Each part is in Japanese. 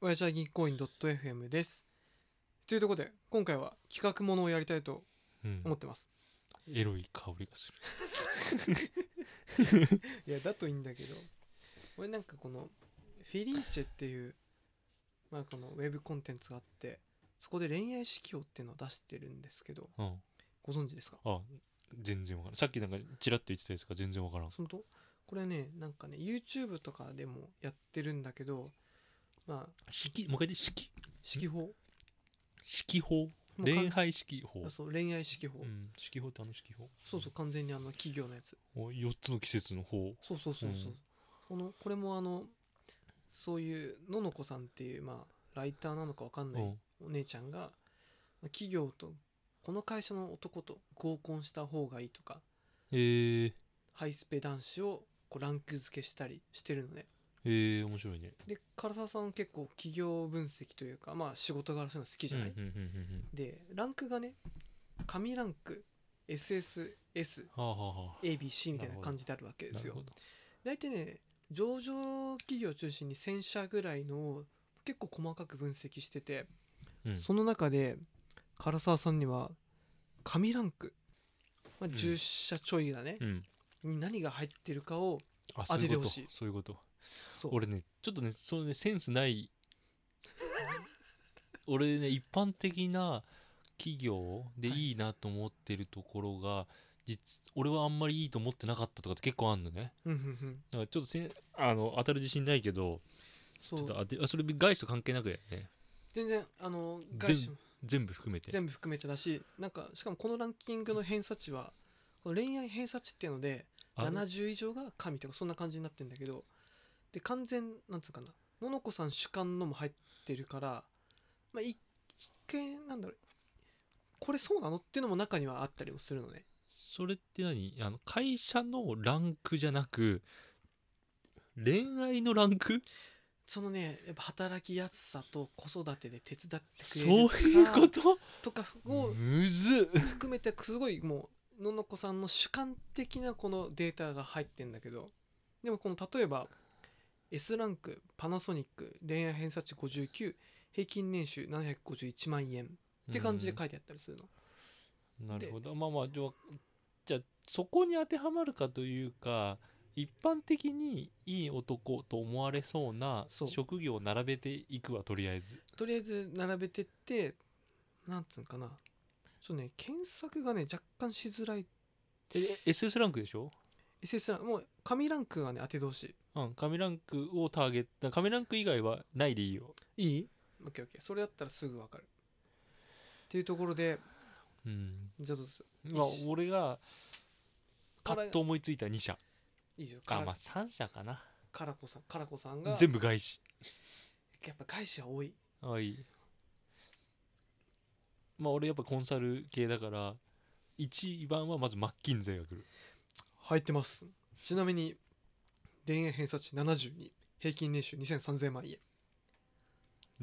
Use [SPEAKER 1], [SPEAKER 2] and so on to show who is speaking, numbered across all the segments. [SPEAKER 1] 親父は銀行員 .fm です。というところで、今回は企画ものをやりたいと
[SPEAKER 2] うん
[SPEAKER 1] 思ってます。
[SPEAKER 2] エロい香りがする。
[SPEAKER 1] いや、だといいんだけど、俺なんかこの、フィリーチェっていう、まあこのウェブコンテンツがあって、そこで恋愛指揮をっていうのを出してるんですけど、
[SPEAKER 2] うん。
[SPEAKER 1] ご存知ですか
[SPEAKER 2] あ、全然わからん。さっきなんかチラッと言ってたやつが全然わからん。
[SPEAKER 1] そのとこれね、なんかね、YouTube とかでもやってるんだけど、まあ、
[SPEAKER 2] 式、もう一回で式
[SPEAKER 1] 指揮法。
[SPEAKER 2] 式法
[SPEAKER 1] もうかん
[SPEAKER 2] 恋愛式法
[SPEAKER 1] あ。そう恋愛指揮法、
[SPEAKER 2] うん。式法ってあの式法
[SPEAKER 1] そうそう完全にあの企業のやつ
[SPEAKER 2] お4つの季節の法。
[SPEAKER 1] そうそうそうそう、
[SPEAKER 2] うん
[SPEAKER 1] このこれもあのそういうののこさんっていうまあライターなのかわかん
[SPEAKER 2] う
[SPEAKER 1] ない
[SPEAKER 2] ん。
[SPEAKER 1] お姉ちゃんが、まあ企業とこの会社の男と合コンした方がいいとか
[SPEAKER 2] えー、
[SPEAKER 1] ハイスペ男子をこうランク付けしたりしてるのね
[SPEAKER 2] えー、面白いね。
[SPEAKER 1] で唐沢さん結構企業分析というかまあ仕事柄そういうの好きじゃない、
[SPEAKER 2] うんうんうんうんうん。
[SPEAKER 1] でランクがね紙ランク SSSABC
[SPEAKER 2] はあはあはあ。
[SPEAKER 1] みたいな感じであるわけで
[SPEAKER 2] な
[SPEAKER 1] す
[SPEAKER 2] る
[SPEAKER 1] よ
[SPEAKER 2] ほど。
[SPEAKER 1] 大体ね上場企業を中心に1000社ぐらいのを結構細かく分析してて、
[SPEAKER 2] うん。
[SPEAKER 1] その中で唐沢さんには紙ランク、まあ、
[SPEAKER 2] ん
[SPEAKER 1] 10社ちょいだね、
[SPEAKER 2] うん。
[SPEAKER 1] に何が入ってるかを
[SPEAKER 2] あ、
[SPEAKER 1] 当
[SPEAKER 2] そうい
[SPEAKER 1] てて
[SPEAKER 2] う
[SPEAKER 1] ほ
[SPEAKER 2] こと
[SPEAKER 1] しい。
[SPEAKER 2] そういうこと。
[SPEAKER 1] そう
[SPEAKER 2] 俺ねちょっとねそのねセンスない 俺ね一般的な企業で
[SPEAKER 1] はい
[SPEAKER 2] いいなと思ってるところが、実俺はあんまりいいと思ってなかったとかって結構あんのね
[SPEAKER 1] うんうんうん
[SPEAKER 2] だからちょっとせんあの当たる自信ないけど
[SPEAKER 1] そ
[SPEAKER 2] ちょっ
[SPEAKER 1] う
[SPEAKER 2] と当てあそれ外資と関係なくだよね
[SPEAKER 1] 全然あの
[SPEAKER 2] 全
[SPEAKER 1] 外資も
[SPEAKER 2] 全部含めて
[SPEAKER 1] 全部含めてだしなんかしかもこのランキングの偏差値はこの恋愛偏差値っていうので
[SPEAKER 2] あの
[SPEAKER 1] 70以上が神とかそんな感じになってんだけどで完全なんつうかなののこさん主観のも入ってるからまあ一見なんだろうこれそうなのっていうのも中にはあったりもするのね
[SPEAKER 2] それって何あの会社のランクじゃなく恋愛のランク
[SPEAKER 1] そのねやっぱ働きやすさと子育てで手伝ってくれ
[SPEAKER 2] そ
[SPEAKER 1] る
[SPEAKER 2] ういうこと
[SPEAKER 1] か
[SPEAKER 2] と
[SPEAKER 1] とかを
[SPEAKER 2] むずっ
[SPEAKER 1] 含めてすごいもうののこさんの主観的なこのデータが入ってんだけどでもこの例えば S ランクパナソニック恋愛偏差値59平均年収751万円って感じで書いてあったりするの、
[SPEAKER 2] なるほどまあまあじゃあじゃあそこに当てはまるかというか一般的にいい男と思われそうな
[SPEAKER 1] そう
[SPEAKER 2] 職業を並べていくわとりあえず
[SPEAKER 1] とりあえず並べてってなんつうんかなちょっとね検索がね若干しづらい
[SPEAKER 2] ええ SS ランクでしょ
[SPEAKER 1] SS ランクもう紙ランクがね当ててほし
[SPEAKER 2] うん上ランクをターゲット上ランク以外はないでいいよ
[SPEAKER 1] いいい ?OKOK それだったらすぐ分かるっていうところで
[SPEAKER 2] うん
[SPEAKER 1] じゃあどうぞ
[SPEAKER 2] まあ俺がパ
[SPEAKER 1] から
[SPEAKER 2] ッと思いついた2社
[SPEAKER 1] いいですよ
[SPEAKER 2] あ
[SPEAKER 1] から
[SPEAKER 2] まあ3社かな
[SPEAKER 1] カラコさんカラコさんが
[SPEAKER 2] 全部外資
[SPEAKER 1] やっぱ外資は多い
[SPEAKER 2] はいまあ俺やっぱコンサル系だから1番はまずマッキンゼーが来る
[SPEAKER 1] 入ってますちなみに恋愛偏差値72平均年収23,000万円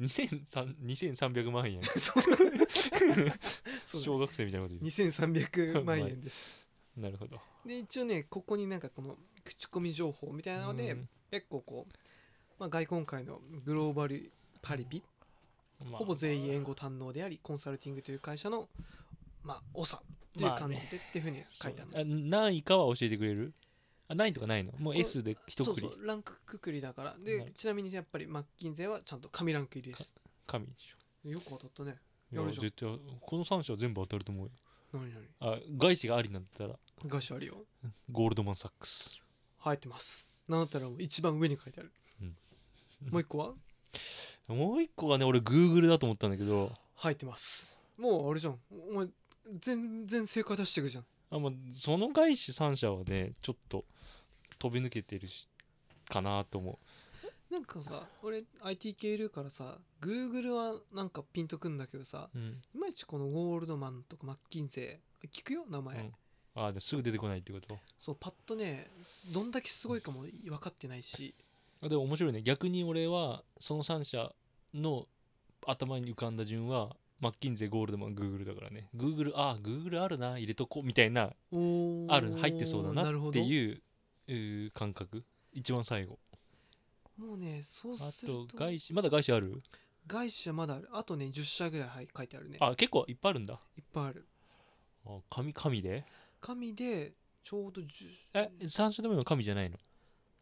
[SPEAKER 2] 2300 2300万円
[SPEAKER 1] そうそうだ
[SPEAKER 2] 小学生みたいなこと言う
[SPEAKER 1] 2300万円です
[SPEAKER 2] なるほど
[SPEAKER 1] で一応ねここになんかこの口コミ情報みたいなので
[SPEAKER 2] うん
[SPEAKER 1] 結構こう、まあ、外交界のグローバルパリピ
[SPEAKER 2] まあ
[SPEAKER 1] ほぼ全員英語堪能でありコンサルティングという会社のまあ長という
[SPEAKER 2] まあ
[SPEAKER 1] 感
[SPEAKER 2] ね
[SPEAKER 1] じでっていうふうに書いてあるの、
[SPEAKER 2] そう何位かは教えてくれるあ何位とかないのもう
[SPEAKER 1] これ
[SPEAKER 2] S で一
[SPEAKER 1] そう
[SPEAKER 2] 括
[SPEAKER 1] そ
[SPEAKER 2] り
[SPEAKER 1] うランクくくりだから
[SPEAKER 2] な
[SPEAKER 1] で
[SPEAKER 2] る
[SPEAKER 1] ちなみにやっぱりマッキンゼーはちゃんと紙ランク入りです
[SPEAKER 2] 神でしょ
[SPEAKER 1] よく当たったね
[SPEAKER 2] いや
[SPEAKER 1] やるじゃん
[SPEAKER 2] 絶対この3社は全部当たると思うよ
[SPEAKER 1] 何何
[SPEAKER 2] あ外資がありなんだったら
[SPEAKER 1] ガシャリオ
[SPEAKER 2] ゴールドマン・サックス
[SPEAKER 1] 入ってますなんだったらもう一番上に書いてある、
[SPEAKER 2] うん
[SPEAKER 1] もう一個は
[SPEAKER 2] もう一個がね俺 Google だと思ったんだけど
[SPEAKER 1] 入ってますもうあれじゃんお前全然正解出してくじゃん
[SPEAKER 2] あ、まあ、その外資3社はねちょっと飛び抜けてるしかなと思
[SPEAKER 1] なんかさ俺 IT 系いるからさ Google はなんかピンとくんだけどさ
[SPEAKER 2] う、うん
[SPEAKER 1] いまいちこのゴールドマンとかマッキンゼー聞くよ名前、
[SPEAKER 2] うんあですぐ出てこないってこと
[SPEAKER 1] そうパッとねどんだけすごいかも分かってないし
[SPEAKER 2] あでも面白いね逆に俺はその3社の頭に浮かんだ順はマッキンゼーゴールドマングーグルだからねグーグルあグーグルあるな入れとこうみたいな
[SPEAKER 1] おー
[SPEAKER 2] ある入ってそうだな
[SPEAKER 1] るほど
[SPEAKER 2] っていううー感覚一番最後
[SPEAKER 1] もうねそう
[SPEAKER 2] あ
[SPEAKER 1] する
[SPEAKER 2] と
[SPEAKER 1] と
[SPEAKER 2] 外資まだ外資ある
[SPEAKER 1] 外資はまだあるあとね10社ぐらい、はい、書いてあるね
[SPEAKER 2] あ結構いっぱいあるんだ
[SPEAKER 1] いっぱいある
[SPEAKER 2] あ紙紙で
[SPEAKER 1] 紙でちょうど10
[SPEAKER 2] え三社とも今紙じゃないの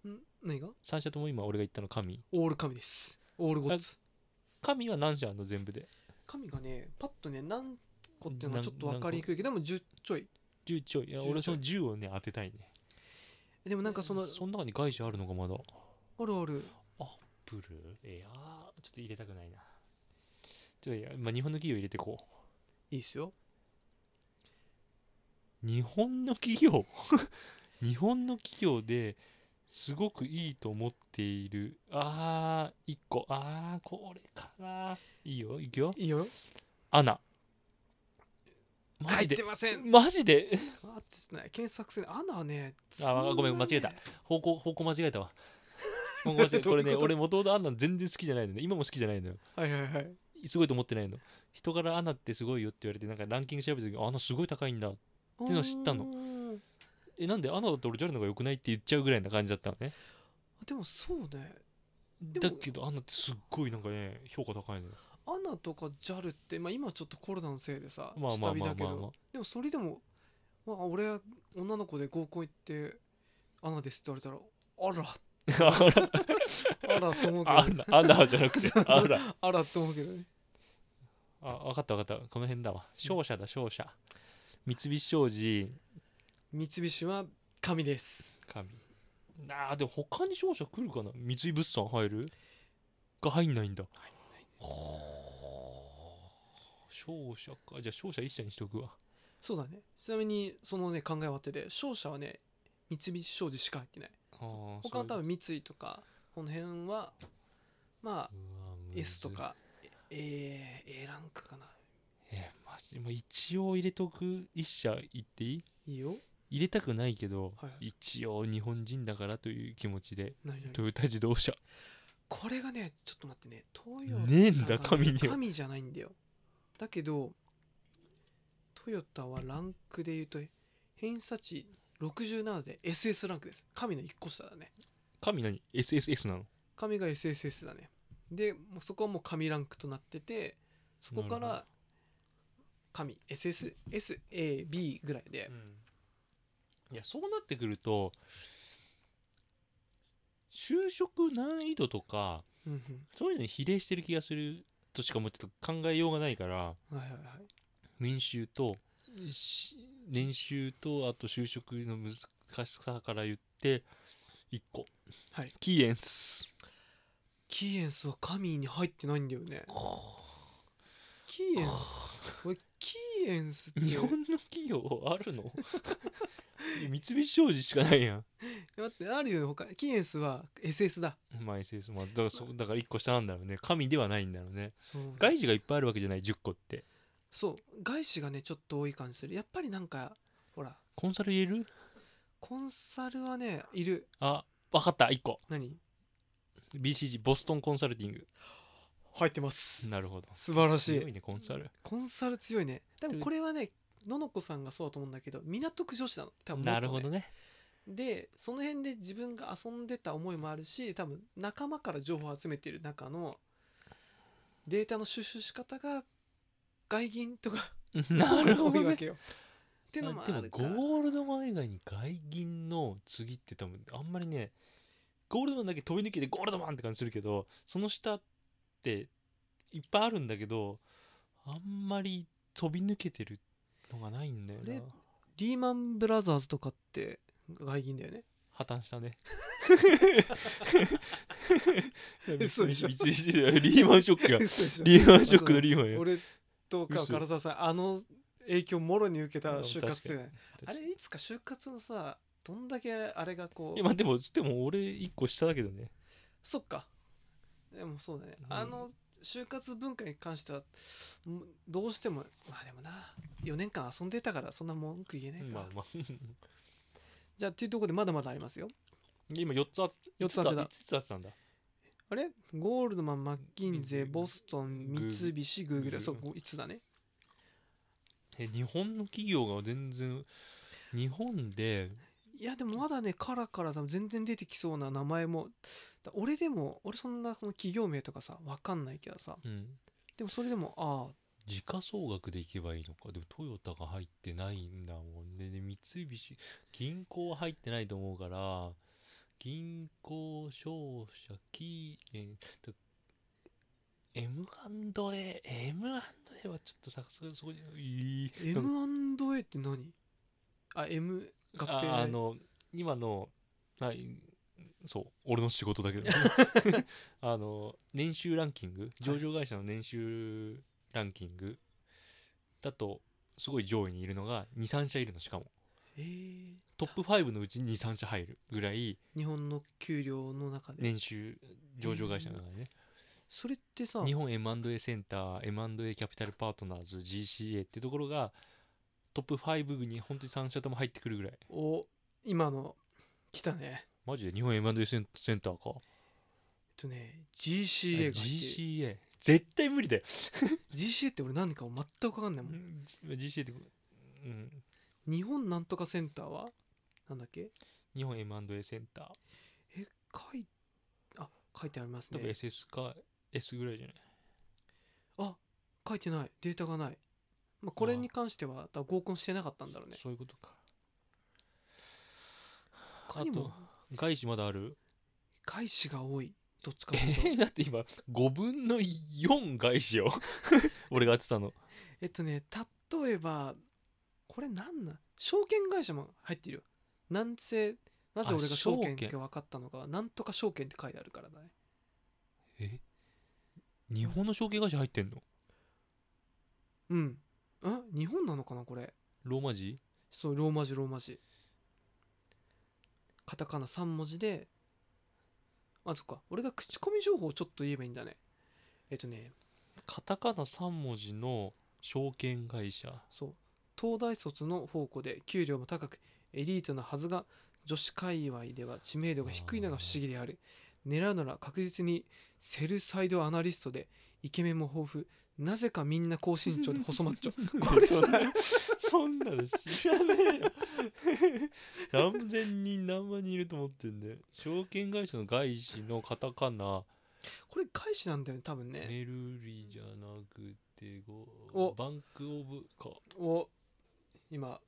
[SPEAKER 1] ん何が
[SPEAKER 2] 三社とも今俺が言ったの紙
[SPEAKER 1] オール紙ですオールゴッツ
[SPEAKER 2] 紙は何社あんの全部で
[SPEAKER 1] 紙がねパッとね何個っていうのは
[SPEAKER 2] なん
[SPEAKER 1] ちょっと分かりにくいけどでも10ちょい
[SPEAKER 2] 10ちょいいや
[SPEAKER 1] 10ちょい
[SPEAKER 2] 俺その10をね当てたいね
[SPEAKER 1] でもなんかその
[SPEAKER 2] その中に外資あるのかまだ
[SPEAKER 1] あるある
[SPEAKER 2] ブルーいやーちょっと入れたくないなちょっといや、まあ、日本の企業入れてこ
[SPEAKER 1] いいっすよ
[SPEAKER 2] う日本の企業 日本の企業ですごくいいと思っているあー1個あーこれかないいよいくよ
[SPEAKER 1] いいよ
[SPEAKER 2] アナマ
[SPEAKER 1] 入
[SPEAKER 2] ジ
[SPEAKER 1] っ
[SPEAKER 2] で
[SPEAKER 1] てません
[SPEAKER 2] マジで
[SPEAKER 1] あつってない検索せない穴はね
[SPEAKER 2] あごめん間違えた方向方向間違え たわ方向間違えたこれね
[SPEAKER 1] どういうこと
[SPEAKER 2] 俺もともとアナ全然好きじゃないのね今も好きじゃないのよ
[SPEAKER 1] たはいはいはい
[SPEAKER 2] すごいと思ってないの人からアナってすごいよって言われてなんかランキング調べた時にあアナすごい高いんだ
[SPEAKER 1] って
[SPEAKER 2] いうのを知ったのえなんでアナだって俺 JAL の方が良くないって言っちゃうぐらいな感じだったのね
[SPEAKER 1] でもそうねでも
[SPEAKER 2] だけどアナってすっごいなんかね評価高いのよ
[SPEAKER 1] アナとか JAL って、まあ、今ちょっとコロナのせいでさ
[SPEAKER 2] まあま
[SPEAKER 1] 下
[SPEAKER 2] あ
[SPEAKER 1] 火
[SPEAKER 2] まあ
[SPEAKER 1] だけ
[SPEAKER 2] まあ、
[SPEAKER 1] ど
[SPEAKER 2] ま
[SPEAKER 1] でもそれでも、まあ、俺は女の子で合コン行ってアナですって言われたら
[SPEAKER 2] あ、
[SPEAKER 1] あらあらと思うけど
[SPEAKER 2] あらアナじゃ なくてあら
[SPEAKER 1] あらと思うけどね
[SPEAKER 2] あ分かった分かったこの辺だわ商社だ商社三菱商事
[SPEAKER 1] 三菱は神です
[SPEAKER 2] 神あーでも他に商社来るかな三井物産入るが入んないんだほー商社かじゃあ商社一社にしとくわ
[SPEAKER 1] そうだねちなみにそのね考え終わってて商社はね三菱商事しか入ってない他は多
[SPEAKER 2] 分
[SPEAKER 1] 分三井とかこの辺はまあ S とか A, A ランクかな
[SPEAKER 2] えマジもう一応入れとく一社言っていい
[SPEAKER 1] いいよ
[SPEAKER 2] 入れたくないけど、
[SPEAKER 1] はいは
[SPEAKER 2] 一応日本人だからという気持ちで
[SPEAKER 1] 何々
[SPEAKER 2] トヨタ自動車
[SPEAKER 1] これがねちょっと待ってね東洋
[SPEAKER 2] ねえんだ神には
[SPEAKER 1] 神じゃないんだよだけどトヨタはランクで言うと偏差値67で SS ランクです神の1個下だね
[SPEAKER 2] 神何 SSS なの
[SPEAKER 1] 紙が SSS だねでもうそこはもう紙ランクとなっててそこか
[SPEAKER 2] なるほ
[SPEAKER 1] ら紙 SSSAB ぐらいで
[SPEAKER 2] いやそうなってくると就職難易度とか
[SPEAKER 1] うん
[SPEAKER 2] そういうのに比例してる気がするとしかもうちょっと考えようがないから
[SPEAKER 1] うんはいはいはい
[SPEAKER 2] 年収とし年収とあと就職の難しさから言って1個
[SPEAKER 1] はい
[SPEAKER 2] キーエンス
[SPEAKER 1] キーエンスは紙に入ってないんだよねキーエンス俺キーエンスって
[SPEAKER 2] 日本の企業あるの いや三菱商事しかないやん
[SPEAKER 1] 待ってあるよね他キーエンスは SS だ
[SPEAKER 2] まあ SS まあだからそだから1個下なんだろうね神ではないんだろうね
[SPEAKER 1] そう
[SPEAKER 2] 外資がいっぱいあるわけじゃない10個って
[SPEAKER 1] そう外資がねちょっと多い感じするやっぱりなんかほら
[SPEAKER 2] コンサル言える
[SPEAKER 1] コンサルはねいる
[SPEAKER 2] あ分かった1個
[SPEAKER 1] 何
[SPEAKER 2] BCG ボストンコンサルティング
[SPEAKER 1] 入ってます
[SPEAKER 2] なるほど
[SPEAKER 1] 素晴らしい
[SPEAKER 2] 強いねコンサル
[SPEAKER 1] コンサル強いねでも
[SPEAKER 2] で
[SPEAKER 1] これはねののこさんがそうだと思うんだけど港区女子なの多分元ね
[SPEAKER 2] なるほどね
[SPEAKER 1] でその辺で自分が遊んでた思いもあるし多分仲間から情報を集めてる中のデータの収集し方が外銀とか
[SPEAKER 2] なるほ
[SPEAKER 1] 多
[SPEAKER 2] ど
[SPEAKER 1] いわ
[SPEAKER 2] ね
[SPEAKER 1] けよってのも
[SPEAKER 2] あ
[SPEAKER 1] あ
[SPEAKER 2] でも
[SPEAKER 1] るから
[SPEAKER 2] ゴールドマン以外に外銀の次って多分あんまりねゴールドマンだけ飛び抜けてゴールドマンって感じするけどその下っていっぱいあるんだけどあんまり飛び抜けてるのがないんだよ
[SPEAKER 1] あ
[SPEAKER 2] な
[SPEAKER 1] れリーマンブラザーズとかって外銀だよね
[SPEAKER 2] 破綻したね
[SPEAKER 1] 嘘でし ょ
[SPEAKER 2] 三菱だよリーマンショックや
[SPEAKER 1] 嘘でしょ
[SPEAKER 2] リーマンショックのリーマンや
[SPEAKER 1] 俺とか
[SPEAKER 2] 嘘
[SPEAKER 1] 唐沢さんあの影響もろに受けた
[SPEAKER 2] うん
[SPEAKER 1] 就活生
[SPEAKER 2] 確
[SPEAKER 1] だねあれいつか就活のさどんだけあれがこ
[SPEAKER 2] いうやまあでもでも俺一個下だけどね
[SPEAKER 1] そっかでもそうだね、
[SPEAKER 2] うん
[SPEAKER 1] あの就活文化に関してはんどうしてもまあでもな4年間遊んでたからそんな文句言えないか、
[SPEAKER 2] まあまあ
[SPEAKER 1] じゃあっていうところでまだまだありますよ
[SPEAKER 2] 今4つあ四つ
[SPEAKER 1] 四つ当てた
[SPEAKER 2] 5つ当てたんだ
[SPEAKER 1] あれゴールドマンマッキンゼ
[SPEAKER 2] うん
[SPEAKER 1] ボストン
[SPEAKER 2] グーグル
[SPEAKER 1] 三菱グーグ
[SPEAKER 2] グーグ
[SPEAKER 1] ル
[SPEAKER 2] ル
[SPEAKER 1] そうこいつだね
[SPEAKER 2] え日本の企業が全然日本で
[SPEAKER 1] いやでもまだねカラカラ多分全然出てきそうな名前もだ俺でも俺そんなその企業名とかさ分かんないけどさ
[SPEAKER 2] うん
[SPEAKER 1] でもそれでもああ
[SPEAKER 2] 時価総額でいけばいいのかでもトヨタが入ってないんだもんねで三菱銀行は入ってないと思うから銀行商社キーエンと M&A M&A はちょっとさすがにそこにいい
[SPEAKER 1] M&A って何あ M 合併ね
[SPEAKER 2] ああの今のはいそう俺の仕事だけどあの年収ランキング上場会社の年収ランキングだとすごい上位にいるのが23社いるのしかも
[SPEAKER 1] えー
[SPEAKER 2] トップ5のうちに23社入るぐらい
[SPEAKER 1] 日本の給料の中で、
[SPEAKER 2] 年収上場会社の中でね
[SPEAKER 1] それってさ
[SPEAKER 2] 日本 M&A センター M&A キャピタルパートナーズ GCA ってところがトップ5に本当に3社とも入ってくるぐらい
[SPEAKER 1] お今の来たね
[SPEAKER 2] マジで日本 M&A センセンターか
[SPEAKER 1] えっとね GCA が入ってる
[SPEAKER 2] GCA 絶対無理だよ
[SPEAKER 1] GCA って俺何か全く分かんないもん、
[SPEAKER 2] GCA ってうん
[SPEAKER 1] 日本なんとかセンターはなんだっけ
[SPEAKER 2] 日本 M&A センター
[SPEAKER 1] え書いあ書いてあります
[SPEAKER 2] 多分
[SPEAKER 1] ね
[SPEAKER 2] SS か S ぐらいじゃない
[SPEAKER 1] あ書いてないデータがない、まあ、これに関してはだ合コンしてなかったんだろうね
[SPEAKER 2] そういうことか
[SPEAKER 1] 他に
[SPEAKER 2] あ
[SPEAKER 1] も
[SPEAKER 2] と外資まだある
[SPEAKER 1] 外資が多いどっちか
[SPEAKER 2] え
[SPEAKER 1] というと
[SPEAKER 2] ーだって今5分の4外 資よ俺が当てたの
[SPEAKER 1] えっとね例えばこれなんなん証券会社も入ってるよなんせなぜ俺が
[SPEAKER 2] あ
[SPEAKER 1] 証券っ
[SPEAKER 2] 証券
[SPEAKER 1] て分かったのかはなんとか証券って書いてあるからだね
[SPEAKER 2] え日本の証券会社入ってんの
[SPEAKER 1] うんあ日本なのかなこれ
[SPEAKER 2] ローマ字
[SPEAKER 1] そうローマ字ローマ字カタカナ3文字であそっか俺が口コミ情報をちょっと言えばいいんだねえっとね
[SPEAKER 2] カタカナ3文字の証券会社
[SPEAKER 1] そう東大卒の宝庫で給料も高くエリートなはずが女子界隈では知名度が低いのが不思議である狙うなら確実にセルサイドアナリストでイケメンも豊富なぜかみんな高身長で細マッ チョ これさ
[SPEAKER 2] そんなそんなの知らねえよ何千人何万人いると思ってんだよ証券会社の外資のカタカナ
[SPEAKER 1] これ返しなんだよね多分ね
[SPEAKER 2] メルリじゃなくて
[SPEAKER 1] お
[SPEAKER 2] ごバンクオブか
[SPEAKER 1] を今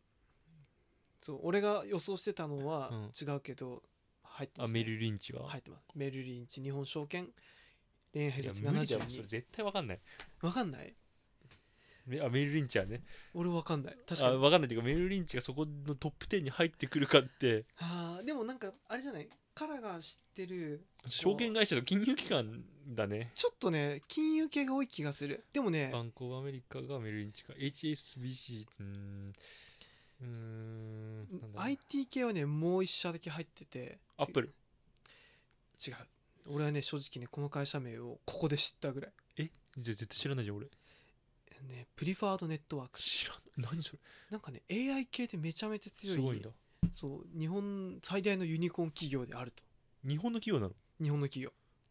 [SPEAKER 1] そう俺が予想してたのは
[SPEAKER 2] うん
[SPEAKER 1] 違うけど、入って
[SPEAKER 2] あ
[SPEAKER 1] ます、
[SPEAKER 2] メ
[SPEAKER 1] ね、
[SPEAKER 2] ルリンチは、
[SPEAKER 1] 入ってますメルリンチ日本証券恋愛
[SPEAKER 2] い
[SPEAKER 1] 偏
[SPEAKER 2] や
[SPEAKER 1] 差値
[SPEAKER 2] 無理だよそれ
[SPEAKER 1] 72
[SPEAKER 2] 絶対わかんない
[SPEAKER 1] わかんない
[SPEAKER 2] めあメルリンチはね
[SPEAKER 1] 俺わかんない確か
[SPEAKER 2] あ
[SPEAKER 1] に
[SPEAKER 2] わかんないっていうかメルリンチがそこのトップ10に入ってくるかって
[SPEAKER 1] あーでもなんかあれじゃないカラが知ってる
[SPEAKER 2] 証券会社と金融機関だね
[SPEAKER 1] ちょっとね金融系が多い気がするでもね
[SPEAKER 2] バンコブアメリカがメルリンチか HSBC うーんうーんなんだろう
[SPEAKER 1] IT 系はねもう一社だけ入ってて
[SPEAKER 2] アップル
[SPEAKER 1] 違う俺はね正直ねこの会社名をここで知ったぐらい、
[SPEAKER 2] じゃあ絶対知らないじゃん俺
[SPEAKER 1] ね、プリファードネットワークス
[SPEAKER 2] 知らない何それ
[SPEAKER 1] なんかね AI 系ってめちゃめちゃ強い
[SPEAKER 2] すごいんだ
[SPEAKER 1] そう日本最大のユニコーン企業であると
[SPEAKER 2] 日本の企業なの
[SPEAKER 1] 日本の企業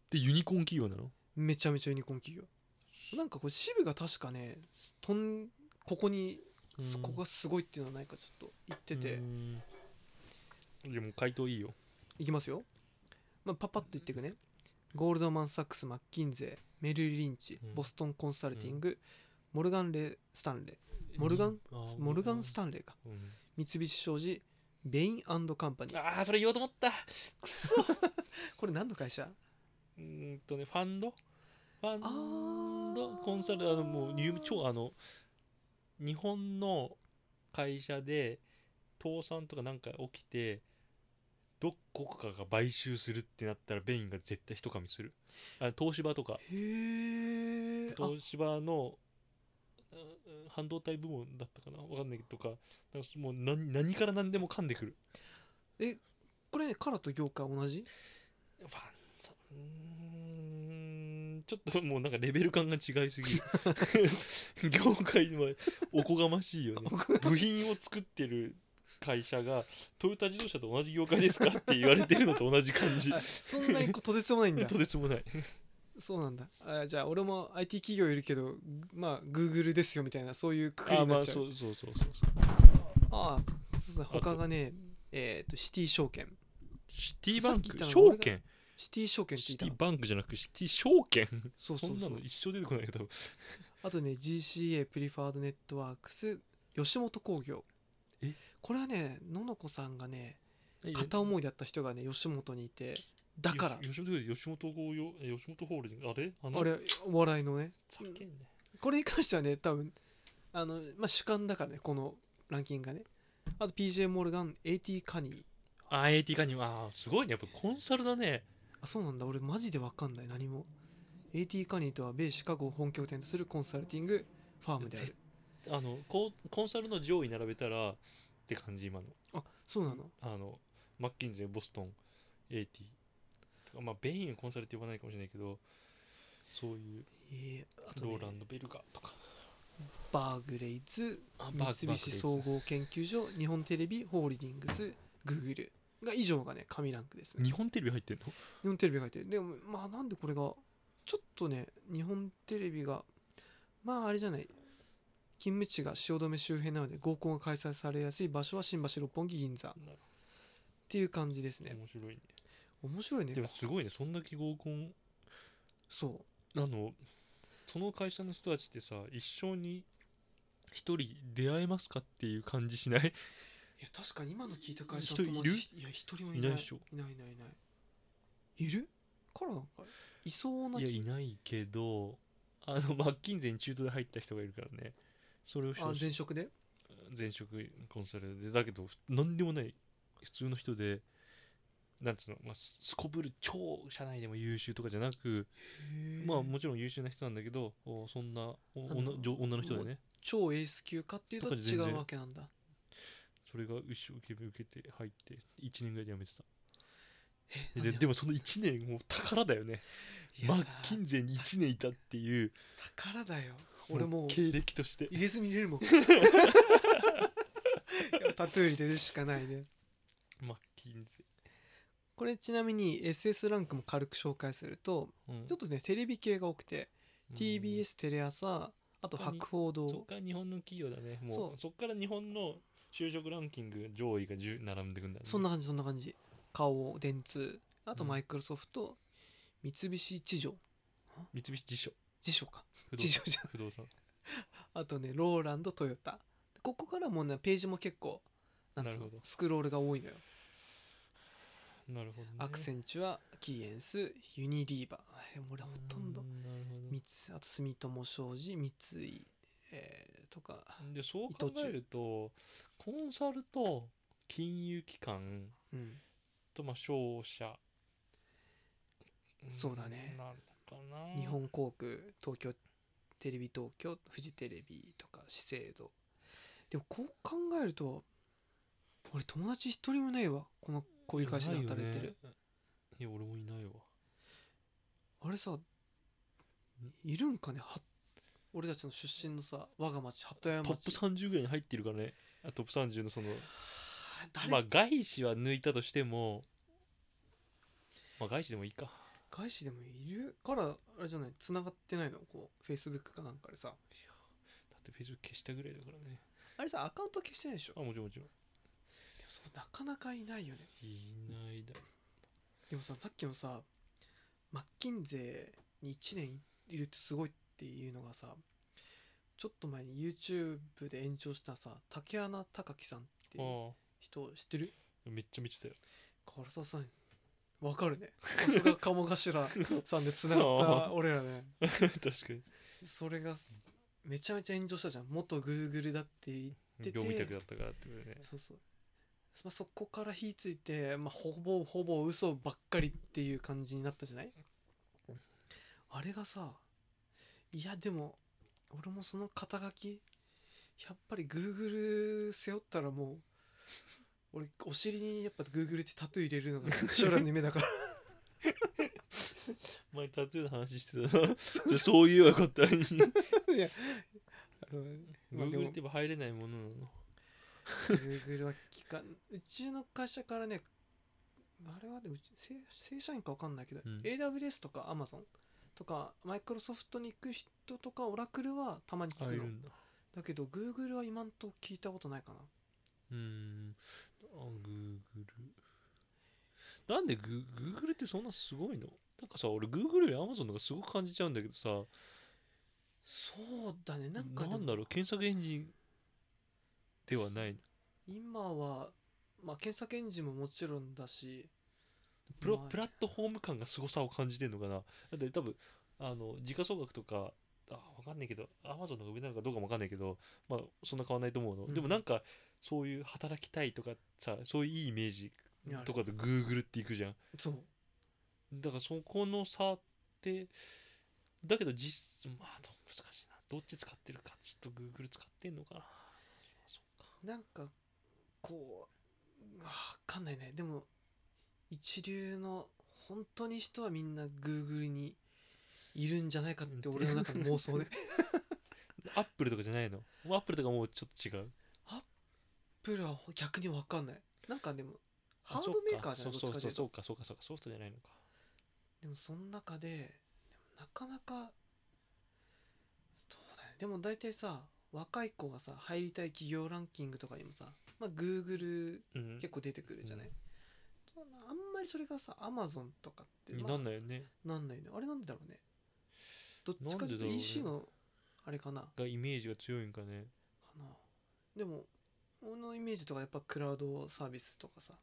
[SPEAKER 2] でユニコーン企業なの
[SPEAKER 1] めちゃめちゃユニコーン企業なんかこれ支部が確かねとんここに
[SPEAKER 2] うん
[SPEAKER 1] ここがすごいっていうのはないかちょっと言ってて、
[SPEAKER 2] うーんいやもう回答いいよ
[SPEAKER 1] いきますよ、まあ、パパッと言っていくねゴールドマン・サックスマッキンゼーメルリリンチ
[SPEAKER 2] うん
[SPEAKER 1] ボストン・コンサルティング、モルガン・レスタンレモルガン
[SPEAKER 2] あー
[SPEAKER 1] ーモルガン・スタンレーか
[SPEAKER 2] うん
[SPEAKER 1] 三菱商事ベインカンパニー
[SPEAKER 2] ああそれ言おうと思ったくそう
[SPEAKER 1] これ何の会社
[SPEAKER 2] ーんとねファンドファ
[SPEAKER 1] あ
[SPEAKER 2] ンド
[SPEAKER 1] ー
[SPEAKER 2] コンサルあのもう入超あの日本の会社で倒産とかなんか起きてどこかが買収するってなったらベインが絶対一噛みするあ東芝とか
[SPEAKER 1] へえ
[SPEAKER 2] 東芝のうん半導体部門だったかなわかんないけどとかなんかもう何何から何でも噛んでくる
[SPEAKER 1] これねカラと業界同じ
[SPEAKER 2] ファンとうーんちょっともうなんかレベル感が違いすぎる 業界はおこがましいよ ね部品を作ってる会社がトヨタ自動車と同じ業界ですかって言われてるのと同じ 感じ
[SPEAKER 1] あそんなにことてつもないんだ
[SPEAKER 2] とてつも ない
[SPEAKER 1] そうなんだあじゃあ俺も IT 企業いるけどぐまあ Google ですよみたいなそういうくくり
[SPEAKER 2] あ
[SPEAKER 1] に
[SPEAKER 2] ま
[SPEAKER 1] なっ
[SPEAKER 2] あ
[SPEAKER 1] ちゃう
[SPEAKER 2] そうそうそうそう
[SPEAKER 1] ああそうそう
[SPEAKER 2] あと
[SPEAKER 1] 他がねえっ、とシティ証券
[SPEAKER 2] シティバン
[SPEAKER 1] さっき言
[SPEAKER 2] ク
[SPEAKER 1] ったの
[SPEAKER 2] 証券
[SPEAKER 1] シティ証券って
[SPEAKER 2] シ
[SPEAKER 1] いた
[SPEAKER 2] テ
[SPEAKER 1] な
[SPEAKER 2] ィバンクじゃなくシティ証券
[SPEAKER 1] そうそうそうん
[SPEAKER 2] なの一生出てこないけど
[SPEAKER 1] あとね GCA プリファードネットワークス吉本興業
[SPEAKER 2] え
[SPEAKER 1] これはねののこさんがね片思いだった人がね吉本にいてだから
[SPEAKER 2] よ吉本吉本興業え吉本ホールディングあれあの
[SPEAKER 1] あれお笑いのね
[SPEAKER 2] ざけんね
[SPEAKER 1] これに関してはね多分あのまあ主観だからねこのランキングがねあと PJ モルガン AT カニー
[SPEAKER 2] あ AT カニはあーすごいねやっぱコンサルだね
[SPEAKER 1] あそうなんだ俺マジでわかんない何も AT カニーとは米シカゴを本拠点とするコンサルティングファームである
[SPEAKER 2] あのコンコンサルの上位並べたらって感じ今の
[SPEAKER 1] あそうなの
[SPEAKER 2] あのマッキンゼーボストン AT とかまあベインはコンサルって呼ばないかもしれないけどそういう
[SPEAKER 1] えーあと、
[SPEAKER 2] ロ
[SPEAKER 1] ね
[SPEAKER 2] ーラ、ンド・ベルガーとか
[SPEAKER 1] バーグレイズ
[SPEAKER 2] あバーグ
[SPEAKER 1] 三菱総合研究所日本テレビホールディングスグーグルが以上がね紙ランクですね
[SPEAKER 2] 日本テレビ入ってんの
[SPEAKER 1] 日本テレビが入ってるでもまあなんでこれがちょっとね日本テレビがまああれじゃない勤務地が汐留周辺なので合コンが開催されやすい場所は新橋六本木銀座っ
[SPEAKER 2] なる
[SPEAKER 1] ていう感じです
[SPEAKER 2] ほど
[SPEAKER 1] ね
[SPEAKER 2] 面白いね
[SPEAKER 1] 面白いね
[SPEAKER 2] でもすごいねそんだけ合コン
[SPEAKER 1] そ
[SPEAKER 2] あのその会社の人たちってさ一生に一人出会えますかっていう感じしない
[SPEAKER 1] ういや確かに今の聞いた会社の友達いや一人もいない
[SPEAKER 2] いないでしょ
[SPEAKER 1] いないいないいないいるからなんかいそうない
[SPEAKER 2] や
[SPEAKER 1] 気
[SPEAKER 2] いないけどあのマッキンゼーに中途で入った人がいるからねそれを
[SPEAKER 1] あ
[SPEAKER 2] 表
[SPEAKER 1] 前職で
[SPEAKER 2] 前職コンサルでだけど何でもない普通の人でなんつうの、まあ、すすこぶる超社内でも優秀とかじゃなく、
[SPEAKER 1] へー
[SPEAKER 2] まあもちろん優秀な人なんだけどおそんなお
[SPEAKER 1] なんだ
[SPEAKER 2] 女女女の人だよね
[SPEAKER 1] 超エース級かっていうと
[SPEAKER 2] とか全
[SPEAKER 1] 違
[SPEAKER 2] 然
[SPEAKER 1] うわけなんだ
[SPEAKER 2] それが一生懸命受けて入って1年ぐらいで辞めてた
[SPEAKER 1] え
[SPEAKER 2] で
[SPEAKER 1] なん
[SPEAKER 2] でもその1年もう宝だよね
[SPEAKER 1] いや
[SPEAKER 2] マ
[SPEAKER 1] さ
[SPEAKER 2] ッキンゼーに1年いたっていう
[SPEAKER 1] 宝だよ俺もう
[SPEAKER 2] 経歴として
[SPEAKER 1] 入れ墨入れるも んいやタトゥー入れるしかないね
[SPEAKER 2] マッキンゼ
[SPEAKER 1] これちなみに SS ランクも軽く紹介すると
[SPEAKER 2] ー、うん
[SPEAKER 1] ちょっとねテレビ系が多くて
[SPEAKER 2] うん
[SPEAKER 1] TBS テレ朝あと白報
[SPEAKER 2] そっ
[SPEAKER 1] 堂
[SPEAKER 2] から日本の企業だねもう
[SPEAKER 1] そう
[SPEAKER 2] そっから日本の就職ランキング上位が10並んでくんだね
[SPEAKER 1] そんな感じそんな感じ花王電通あと
[SPEAKER 2] うん
[SPEAKER 1] マイクロソフト三菱地所
[SPEAKER 2] 三菱地所
[SPEAKER 1] 地所か
[SPEAKER 2] 不動
[SPEAKER 1] 地所
[SPEAKER 2] 産
[SPEAKER 1] じゃん
[SPEAKER 2] 不 動産
[SPEAKER 1] あとねローランドトヨタここからもうねページも結構なんつう
[SPEAKER 2] な
[SPEAKER 1] の
[SPEAKER 2] るほど
[SPEAKER 1] スクロールが多いのよ
[SPEAKER 2] なるほど、ね、
[SPEAKER 1] アクセ
[SPEAKER 2] ン
[SPEAKER 1] ンチュアキーエンスユニリーバえ俺ほとんど
[SPEAKER 2] なるほ
[SPEAKER 1] 三つあと住友商事三井、えーとか
[SPEAKER 2] どでそう考えるとコンサルと金融機関
[SPEAKER 1] うん
[SPEAKER 2] とまあ商社ん
[SPEAKER 1] そうだね
[SPEAKER 2] なるかな
[SPEAKER 1] 日本航空東京テレビ東京フジテレビとか資生堂でもこう考えると俺友達一人もいないわこのこういう会社で働いてる
[SPEAKER 2] ないよねいや俺もいないわ
[SPEAKER 1] あれさいるんかねは俺たちの出身のさ我が町鳩山
[SPEAKER 2] トップ
[SPEAKER 1] 町
[SPEAKER 2] 30ぐらいに入ってるからねあトップ30のその
[SPEAKER 1] はあ誰、
[SPEAKER 2] まあ外資は抜いたとしてもまあ外資でもいいか
[SPEAKER 1] 外資でもいるからあれじゃない繋がってないのこうフェイスブックかなんかでさ
[SPEAKER 2] だってフェイスブック消したぐらいだからね
[SPEAKER 1] あれさアカウント消してないでしょ
[SPEAKER 2] あもちろんもち
[SPEAKER 1] で
[SPEAKER 2] ろん
[SPEAKER 1] もそうなかなかいないよね
[SPEAKER 2] いないだろ
[SPEAKER 1] でもささっきのさマッキンゼーに1年いるってすごいっていうのがさちょっと前に YouTube で延長したさ竹穴隆樹さんっていう
[SPEAKER 2] あ
[SPEAKER 1] 人知ってる
[SPEAKER 2] あめっちゃ見てたよ
[SPEAKER 1] 唐沢さんわかるねさすが鴨頭さんでつながっ
[SPEAKER 2] あ
[SPEAKER 1] た俺らね
[SPEAKER 2] 確かに
[SPEAKER 1] それがめちゃめちゃ炎上したじゃん元 Google だって言っ出て
[SPEAKER 2] 業務委託だったからってことでね
[SPEAKER 1] そうそう、まあ、そこから火ついて、まあ、ほぼほぼ嘘ばっかりっていう感じになったじゃないあれがさいやでも俺もその肩書きやっぱり Google 背負ったらもう俺お尻にやっぱ Google ってタトゥー入れるのが将来の夢だから
[SPEAKER 2] 前タトゥーの話して たなじゃあそう言えばよかったのに
[SPEAKER 1] いやあのまあで
[SPEAKER 2] Google っ
[SPEAKER 1] も
[SPEAKER 2] て言えば入れないものなの
[SPEAKER 1] Google は聞かんうちの会社からねあれはねうち正正社員か分かんないけど、
[SPEAKER 2] うん
[SPEAKER 1] AWS とか Amazon とかマイクロソフトに行く人とかオラクルはたまに聞
[SPEAKER 2] あ
[SPEAKER 1] く
[SPEAKER 2] い
[SPEAKER 1] の
[SPEAKER 2] るんだ
[SPEAKER 1] だけど Google は今んとこ聞いたことないかな
[SPEAKER 2] うーんあ Google なんでグーグルってそんなすごいのなんかさ俺グーグルよりアマゾンの方がすごく感じちゃうんだけどさ
[SPEAKER 1] そうだねな
[SPEAKER 2] なん
[SPEAKER 1] んかでも
[SPEAKER 2] だろう検索エンジンではない
[SPEAKER 1] 今は、まあ、検索エンジンももちろんだし
[SPEAKER 2] プロ
[SPEAKER 1] まあ
[SPEAKER 2] プラットフォーム感がすごさを感じてるのかなだって多分あの時価総額とかあ分かんないけどアマゾンの方が上なのかどうかも分かんないけどまあそんな変わんないと思うの、
[SPEAKER 1] うん
[SPEAKER 2] でもなんかそういう働きたいとかさそういういいイメージ
[SPEAKER 1] やる
[SPEAKER 2] とかとグーグルっていくじゃん
[SPEAKER 1] そう
[SPEAKER 2] だからそこの差ってだけど実まあどう難しいなどっち使ってるかちょっとグーグル使ってんのかなそうか
[SPEAKER 1] なんかこうわかんないねでも一流の本当に人はみんな Google にいるんじゃないかって俺の中の妄 想で
[SPEAKER 2] アップルとかじゃないのアップルとかもうちょっと違う
[SPEAKER 1] プルは逆にわかんないなんかでも
[SPEAKER 2] あ
[SPEAKER 1] ハードメーカーじゃ
[SPEAKER 2] そ
[SPEAKER 1] な
[SPEAKER 2] う
[SPEAKER 1] い
[SPEAKER 2] か
[SPEAKER 1] どっ
[SPEAKER 2] そ
[SPEAKER 1] ち
[SPEAKER 2] う
[SPEAKER 1] か
[SPEAKER 2] そ
[SPEAKER 1] とい
[SPEAKER 2] うそうそううかそうかそうかソフトじゃないのか
[SPEAKER 1] とでもその中ででもなかなかそうだねでも大体さ若い子がさ入りたい企業ランキングとかにもさ、まあ、Google
[SPEAKER 2] うん
[SPEAKER 1] 結構出てくるじゃない、
[SPEAKER 2] う
[SPEAKER 1] そうだなあんまりそれがさ Amazon とかって、
[SPEAKER 2] に
[SPEAKER 1] まあ
[SPEAKER 2] なんないよね
[SPEAKER 1] なんないねあれなんでだろうねどっちかと
[SPEAKER 2] なんで
[SPEAKER 1] いうと
[SPEAKER 2] だろうね
[SPEAKER 1] EC のあれかなか
[SPEAKER 2] がイメージが強いんかね
[SPEAKER 1] なでも俺のイメージとかやっぱクラウドサービスとかさ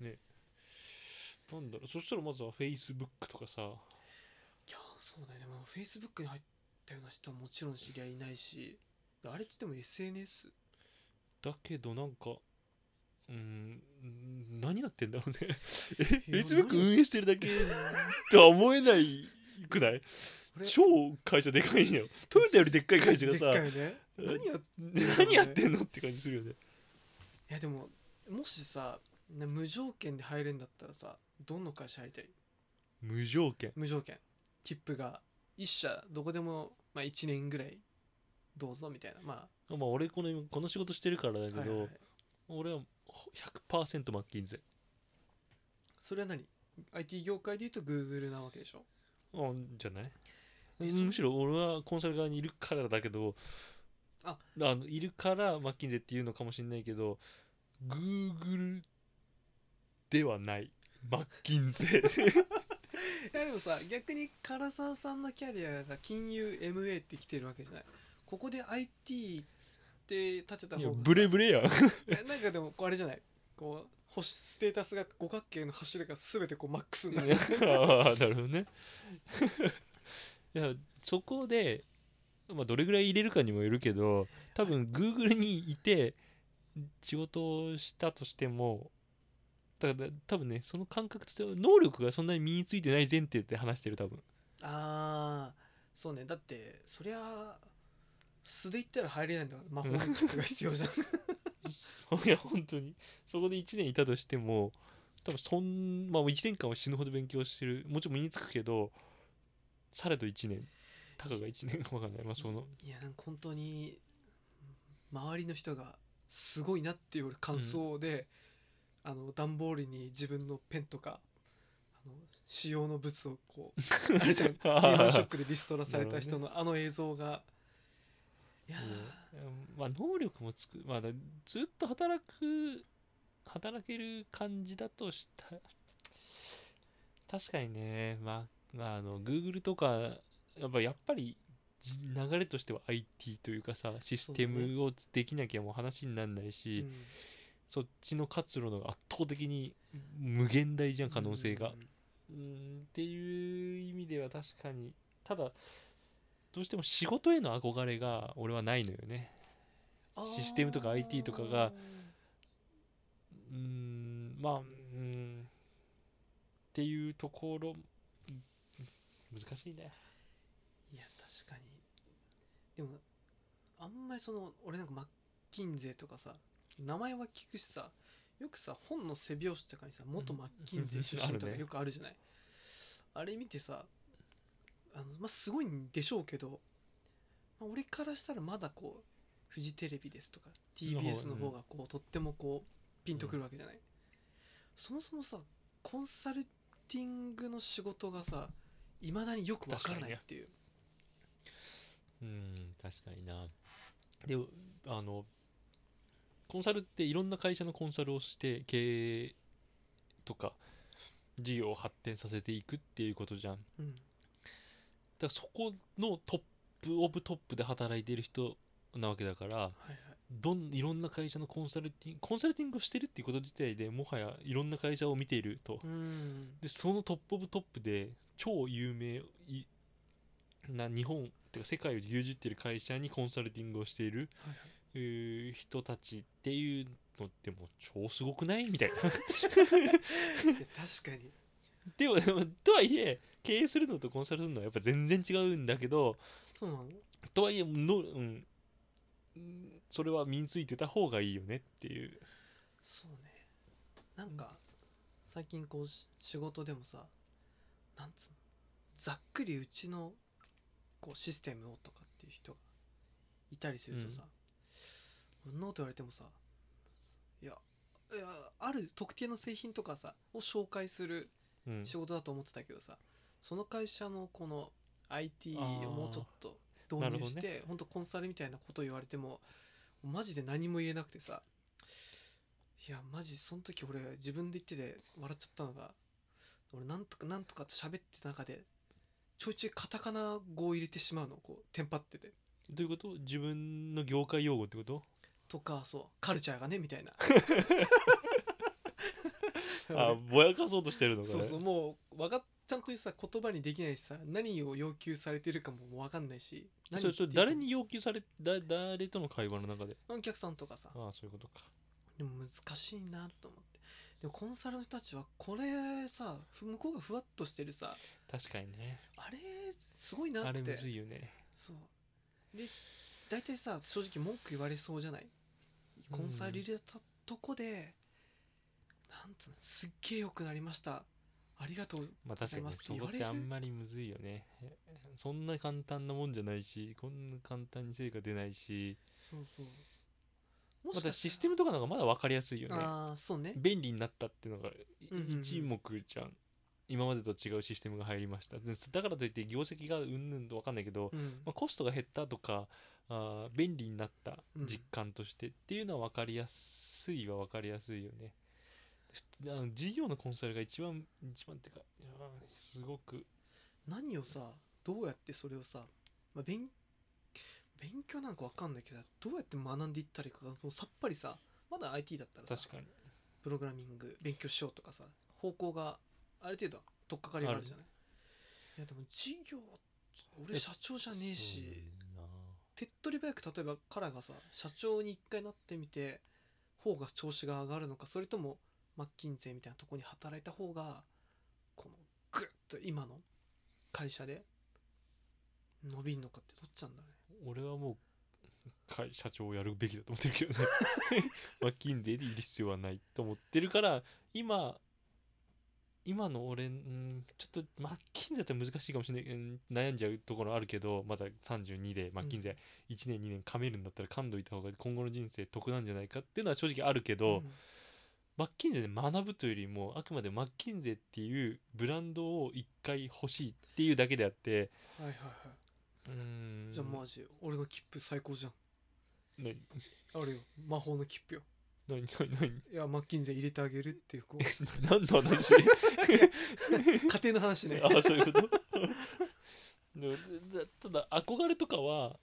[SPEAKER 2] なんだろうそしたらまずは Facebook とかさ
[SPEAKER 1] いやーそうだよねもう Facebook に入ったような人はもちろん知り合いいないしあれってでも SNS
[SPEAKER 2] だけどなんかうん何やってんだろうね え
[SPEAKER 1] いや
[SPEAKER 2] Facebook
[SPEAKER 1] 何や
[SPEAKER 2] 運営してるだけとは思えないくない
[SPEAKER 1] これ
[SPEAKER 2] 超会社でかいんやよトヨタよりでっかい会社が
[SPEAKER 1] でっ
[SPEAKER 2] さ
[SPEAKER 1] かいね
[SPEAKER 2] うん
[SPEAKER 1] 何やい
[SPEAKER 2] 何やってんのって感じするよね
[SPEAKER 1] やでももしさね無条件で入れんだったらさどの会社入りたい
[SPEAKER 2] 無条件
[SPEAKER 1] 無条件切符が一社どこでも、まあ、1年ぐらいどうぞみたいなま
[SPEAKER 2] まあ俺この今この仕事してるからだけ
[SPEAKER 1] あ、
[SPEAKER 2] ど、
[SPEAKER 1] はいはいはい
[SPEAKER 2] 俺は100%マッキンゼ
[SPEAKER 1] それは何 IT 業界で言うと Google なわけでしょ
[SPEAKER 2] うんじゃない
[SPEAKER 1] えそう
[SPEAKER 2] むしろ俺はコンサル側にいるからだけど
[SPEAKER 1] あ
[SPEAKER 2] のいるからマッキンゼっていうのかもしれないけど Google ではないマッキンゼ
[SPEAKER 1] いやでもさ逆に唐沢さんのキャリアが金融 MA って来てるわけじゃないここで IT って立てた
[SPEAKER 2] いや
[SPEAKER 1] 方が
[SPEAKER 2] ブレブレやん
[SPEAKER 1] えなんかでもこうあれじゃないこう星ステータスが五角形の柱が全てこうマックスになる
[SPEAKER 2] あーなるほどねいやそこで、まあ、どれぐらい入れるかにもよるけど多分 Google にいて仕事をしたとしてもだから多分ねその感覚としては能力がそんなに身についてない前提って話してる多分
[SPEAKER 1] ああそうねだってそりゃ素で言ったら入れないんだから魔法のキックが必要じゃん
[SPEAKER 2] いや本当にそこで1年いたとしても多分そんまあ1年間は死ぬほど勉強してるもちろん身につくけどされど1年たかが1年かわかんないまあその
[SPEAKER 1] いやなんか本当に周りの人がすごいなっていう感想で、あの段ボールに自分のペンとかあの使用の物をこ うあれじゃんリーマンショックでリストラされた人のあの映像が、いやー
[SPEAKER 2] うんまあ能力もつく、まあ、だずっと働く働ける感じだとした確かにねまあ、まあ、あの Google とかやっぱやっぱりじ流れとしては IT というかさシステムをできなきゃもう話にならないし、
[SPEAKER 1] うん
[SPEAKER 2] そっちの活路の方が圧倒的に無限大じゃん可能性が、
[SPEAKER 1] うん
[SPEAKER 2] うんっていう意味では確かにただどうしても仕事への憧れが俺はないのよね
[SPEAKER 1] あー
[SPEAKER 2] システムとか IT とかがうんまあうんっていうところうん難しいね
[SPEAKER 1] いや確かにでもあんまりその俺なんかマッキンゼーとかさ名前は聞くしさよくさ本の背表紙とかにさ元マッキンゼー出身と
[SPEAKER 2] あ
[SPEAKER 1] か
[SPEAKER 2] るね
[SPEAKER 1] よくあるじゃない、あれ見てさあのまあすごいんでしょうけど、まあ、俺からしたらまだこうフジテレビですとか TBS の方がこう、とってもこうピンとくるわけじゃない、そもそもさコンサルティングの仕事がさいまだによくわからないっていう
[SPEAKER 2] うん確かになであのコンサルっていろんな会社のコンサルをして経営とか事業を発展させていくっていうことじゃんだか
[SPEAKER 1] うん
[SPEAKER 2] らそこのトップオブトップで働いている人なわけだから
[SPEAKER 1] はいはい
[SPEAKER 2] どんいろんな会社のコンサルティングコンサルティングをしてるっていうこと自体でもはやいろんな会社を見ていると、
[SPEAKER 1] うん
[SPEAKER 2] でそのトップオブトップで超有名いな日本てか世界を牛耳ってる会社にコンサルティングをしている、
[SPEAKER 1] はいは
[SPEAKER 2] うー人たちっていうのってもう超すごくないみたいな
[SPEAKER 1] いや確かに
[SPEAKER 2] でも でもとはいえ経営するのとコンサルするのはやっぱ全然違うんだけど
[SPEAKER 1] そうなの
[SPEAKER 2] とはいえの、うん、うんそれは身についてた方がいいよねっていう
[SPEAKER 1] そうねなんか最近こうし仕事でもさなんつうのざっくりうちのこうシステムをとかっていう人がいたりするとさ、こんなこと言われてもさいやいやある特定の製品とかさを紹介する
[SPEAKER 2] うん
[SPEAKER 1] 仕事だと思ってたけどさ、その会社のこの IT を
[SPEAKER 2] あー
[SPEAKER 1] もうちょっと
[SPEAKER 2] な
[SPEAKER 1] 導
[SPEAKER 2] るほ
[SPEAKER 1] 入
[SPEAKER 2] ど
[SPEAKER 1] し
[SPEAKER 2] ね
[SPEAKER 1] て、本当コンサルみたいなこと言われてもマジで何も言えなくてさいやマジその時俺自分で言ってて笑っちゃったのが俺なんとかなんとかって喋ってた中でちょいちょいカタカナ語を入れてしまうのこうテンパってて
[SPEAKER 2] どういうこと自分の業界用語ってこと
[SPEAKER 1] とかそうカルチャーがねみたいな
[SPEAKER 2] あぼやかそうとしてるのか
[SPEAKER 1] そう
[SPEAKER 2] ね
[SPEAKER 1] そうもうわかっちゃんとさ言葉にできないしさ何を要求されてるかももう分かんないし何
[SPEAKER 2] それそれ
[SPEAKER 1] 言って
[SPEAKER 2] 誰
[SPEAKER 1] いいかも
[SPEAKER 2] に要求されだ誰との会話の中で
[SPEAKER 1] お客さんとかさ
[SPEAKER 2] ああそういうことか
[SPEAKER 1] でも難しいなと思ってでもコンサルの人たちはこれさふ向こうがふわっとしてるさ
[SPEAKER 2] 確かにね
[SPEAKER 1] あれすごいな
[SPEAKER 2] あ
[SPEAKER 1] っ
[SPEAKER 2] れむ
[SPEAKER 1] て
[SPEAKER 2] ずいよね
[SPEAKER 1] そうで大体さ正直文句言われそうじゃないコンサル入れたとこで、なんつうのすっげえ良くなりましたありがとう
[SPEAKER 2] まあ確かに
[SPEAKER 1] ござ
[SPEAKER 2] ね
[SPEAKER 1] います
[SPEAKER 2] そこっ
[SPEAKER 1] 言
[SPEAKER 2] てあ
[SPEAKER 1] われる
[SPEAKER 2] んまりむずいよねそんな簡単なもんじゃないしこんな簡単に成果出ないし
[SPEAKER 1] そうそうも
[SPEAKER 2] ま
[SPEAKER 1] したか
[SPEAKER 2] システムとかなんかまだ分かりやすいよね
[SPEAKER 1] ああそうね
[SPEAKER 2] 便利になったっていうのが
[SPEAKER 1] うんうんうん
[SPEAKER 2] 一目じゃん今までと違うシステムが入りましたでだからといって業績がうんぬんと分かんないけど
[SPEAKER 1] うん
[SPEAKER 2] まあ、コストが減ったとかあー便利になった
[SPEAKER 1] うん
[SPEAKER 2] 実感としてっていうのは分かりやすいは分かりやすいよね。ふあの事業のコンサルが一番一番っていうかいやーすごく
[SPEAKER 1] 何をさどうやってそれをさ、まあ、勉勉強なんかわかんないけどどうやって学んでいったらいいかがもうさっぱりさまだ IT だったらさ
[SPEAKER 2] 確かに
[SPEAKER 1] プログラミング勉強しようとかさ方向がある程度取っかかりがあるじゃないいやでも事業俺社長じゃねえし
[SPEAKER 2] そうだよ
[SPEAKER 1] 手っ取り早く例えばカラがさ社長に一回なってみて方が調子が上がるのかそれともマッキンゼーみたいなとこに働いた方がこのグッと今の会社で伸びんのかってどっちなんだろうね
[SPEAKER 2] な俺はもう会社長をやるべきだと思ってるけど ねマッキンデーでいる必要はないと思ってるから今今の俺うんちょっとマッキンゼーって難しいかもしれないうん悩んじゃうところあるけどまだ32でマッキンゼー1年2年噛めるんだったら噛んどいた方が今後の人生得なんじゃないかっていうのは正直あるけど、
[SPEAKER 1] うん
[SPEAKER 2] マッキンゼーで学ぶというよりもあくまでマッキンゼーっていうブランドを一回欲しいっていうだけであって
[SPEAKER 1] はいはいは
[SPEAKER 2] うーん
[SPEAKER 1] いじゃあマジ俺の切符最高じゃん
[SPEAKER 2] 何
[SPEAKER 1] あるよ魔法の切符よ
[SPEAKER 2] 何何何
[SPEAKER 1] いやマッキンゼー入れてあげるっていうこ う
[SPEAKER 2] 何の話
[SPEAKER 1] 家庭の話ね
[SPEAKER 2] ああそういうことでもだただ憧れとかは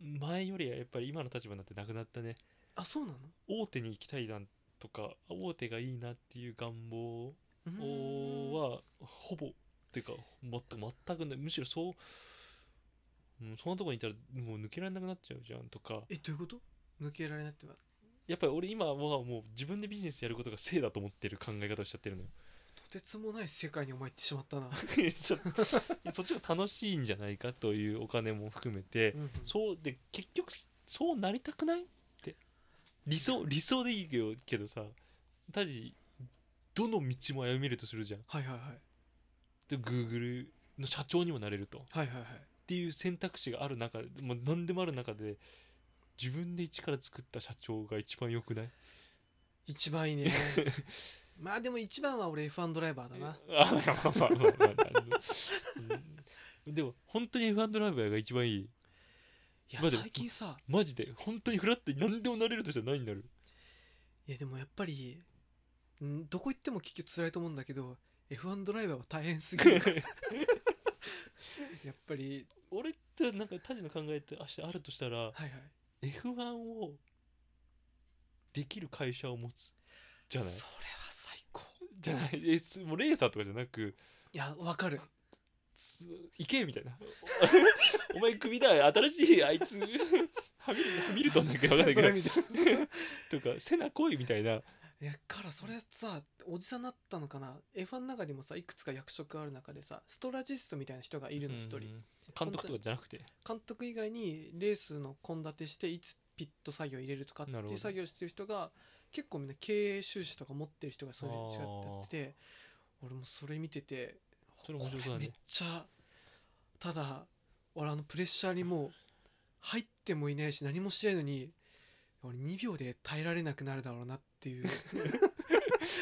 [SPEAKER 2] 前よりはやっぱり今の立場になってなくなったね
[SPEAKER 1] あそうなの
[SPEAKER 2] 大手に行きたいなんとか大手がいいなっていう願望
[SPEAKER 1] うーん
[SPEAKER 2] はほぼっていうか全く全くないむしろそう、うん、そんなとこにいたらもう抜けられなくなっちゃうじゃんとか
[SPEAKER 1] えどういうこと抜けられないってのは
[SPEAKER 2] やっぱり俺今はもう自分でビジネスやることがせいだと思ってる考え方をしちゃってるのよ
[SPEAKER 1] とてつもない世界にお前行ってしま ったな、
[SPEAKER 2] そそっちが楽しいんじゃないかというお金も含めて
[SPEAKER 1] うんうん
[SPEAKER 2] そうで結局そうなりたくないって理想 理想でいいけどけどさたじどの道も歩めるとするじゃん
[SPEAKER 1] はいはいはい
[SPEAKER 2] で Google の社長にもなれるとっ
[SPEAKER 1] はいはいはい
[SPEAKER 2] ていう選択肢がある中でもう何でもある中で自分で一から作った社長が一番良くない
[SPEAKER 1] 一番いい ねまあでも一番は俺 F1 ドライバーだな
[SPEAKER 2] あまあまあまあまあまあなるほどうんでも本当に F1 ドライバーが一番いい
[SPEAKER 1] いや
[SPEAKER 2] まあでも
[SPEAKER 1] 最近さ
[SPEAKER 2] マジで本当にフラットに何でもなれるとしたら何になる
[SPEAKER 1] いやでもやっぱりうんどこ行っても結局辛いと思うんだけど F1 ドライバーは大変す ぎるからやっぱり
[SPEAKER 2] 俺ってなんかタジの考えってあしあるとしたら
[SPEAKER 1] はいはい
[SPEAKER 2] F1 をできる会社を持つじゃない
[SPEAKER 1] それは最高
[SPEAKER 2] じゃないえすもうレーサーとかじゃなく
[SPEAKER 1] いやわかる
[SPEAKER 2] す行けみたいな お前クビだ新しいあいつハミルハミルトンだっけ分かん ないけ
[SPEAKER 1] そ
[SPEAKER 2] ど
[SPEAKER 1] れ見て
[SPEAKER 2] とかセナ来いみたいない
[SPEAKER 1] やからそれさおじさんになったのかな F1 の中にもさいくつか役職ある中でさストラジストみたいな人がいるの一人
[SPEAKER 2] うん監督とかじゃなくて
[SPEAKER 1] 監督以外にレースの献立していつピット作業入れるとかって
[SPEAKER 2] なるほ
[SPEAKER 1] い
[SPEAKER 2] ど
[SPEAKER 1] う作業してる人が結構みんな経営収支とか持ってる人がそういうの
[SPEAKER 2] あー
[SPEAKER 1] やってて俺もそれ見てて
[SPEAKER 2] それ面白そう
[SPEAKER 1] こ
[SPEAKER 2] だ
[SPEAKER 1] れめ
[SPEAKER 2] ね
[SPEAKER 1] っちゃただ俺あのプレッシャーにもう入ってもいないし何もしないのに俺2秒で耐えられなくなるだろうなって いう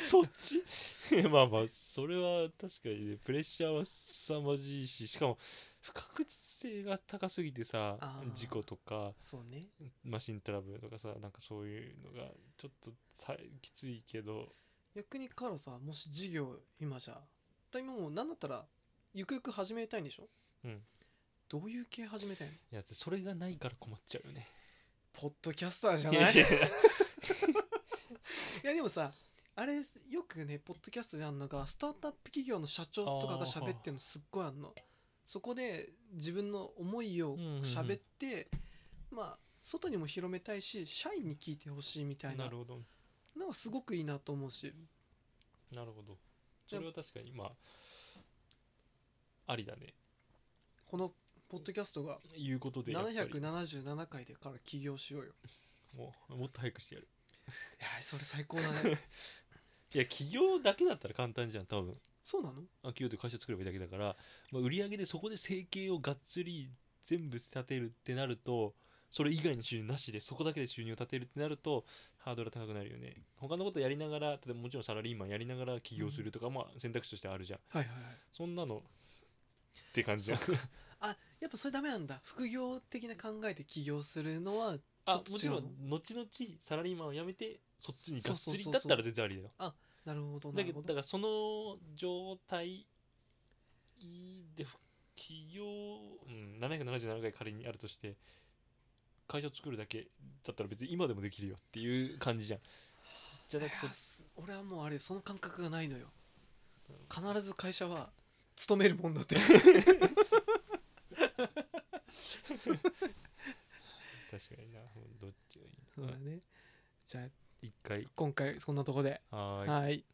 [SPEAKER 2] そっち まあまあそれは確かにねプレッシャーは凄まじいししかも不確実性が高すぎてさ
[SPEAKER 1] あー
[SPEAKER 2] 事故とか
[SPEAKER 1] そうね
[SPEAKER 2] マシントラブルとかさなんかそういうのがちょっとたきついけど
[SPEAKER 1] 逆にカロさもし事業今じゃだ今もう何だったらゆくゆく始めたいんでしょ
[SPEAKER 2] うん
[SPEAKER 1] どういう系始めたいの
[SPEAKER 2] いやそれがないから困っちゃうよね
[SPEAKER 1] ポッドキャスターじゃない
[SPEAKER 2] や
[SPEAKER 1] い
[SPEAKER 2] やや
[SPEAKER 1] やでもさあれよくねポッドキャストであんのがスタートアップ企業の社長とかが喋ってるのすっごいあんのそこで自分の思いを
[SPEAKER 2] うんうんうん
[SPEAKER 1] 喋って、まあ外にも広めたいし社員に聞いてほしいみたいな
[SPEAKER 2] なるほど
[SPEAKER 1] のはすごくいいなと思うし
[SPEAKER 2] なるほどそれは確かにまあありだね
[SPEAKER 1] このポッドキャストが
[SPEAKER 2] いうことでやっぱり
[SPEAKER 1] 777回でから起業しようよ
[SPEAKER 2] もうもっと早くしてやる
[SPEAKER 1] いやそれ最高だね
[SPEAKER 2] いや企業だけだったら簡単じゃん多分
[SPEAKER 1] そうなの
[SPEAKER 2] あ企業という会社作ればいいだけだから、まあ、売り上げでそこで生計をがっつり全部立てるってなるとそれ以外の収入なしでそこだけで収入を立てるってなるとハードルが高くなるよね他のことやりながら例えばもちろんサラリーマンやりながら起業するとか、まあ選択肢としてあるじゃん
[SPEAKER 1] はいはいはい
[SPEAKER 2] そんなのって感じだ
[SPEAKER 1] あやっぱそれダメなんだ副業的な考えで起業するのはちょ
[SPEAKER 2] あも
[SPEAKER 1] っと
[SPEAKER 2] ち
[SPEAKER 1] 違う
[SPEAKER 2] ろ
[SPEAKER 1] の
[SPEAKER 2] ん後々サラリーマンを辞めてそっちにがっつり
[SPEAKER 1] そうそうそうそう
[SPEAKER 2] だったら全然ありだよ
[SPEAKER 1] なるほどな
[SPEAKER 2] だけ
[SPEAKER 1] るほ
[SPEAKER 2] どだ
[SPEAKER 1] ど
[SPEAKER 2] からその状態で企業、うん、777回仮にあるとして会社を作るだけだったら別に今でもできるよっていう感じじゃんじゃなく
[SPEAKER 1] い
[SPEAKER 2] て
[SPEAKER 1] やす俺はもうあれその感覚がないのよ
[SPEAKER 2] うん
[SPEAKER 1] 必ず会社は勤めるもんだって
[SPEAKER 2] 確かになどっちがいい
[SPEAKER 1] そうだねじゃあ
[SPEAKER 2] 一回
[SPEAKER 1] 今回そんなとこで
[SPEAKER 2] はーい
[SPEAKER 1] はい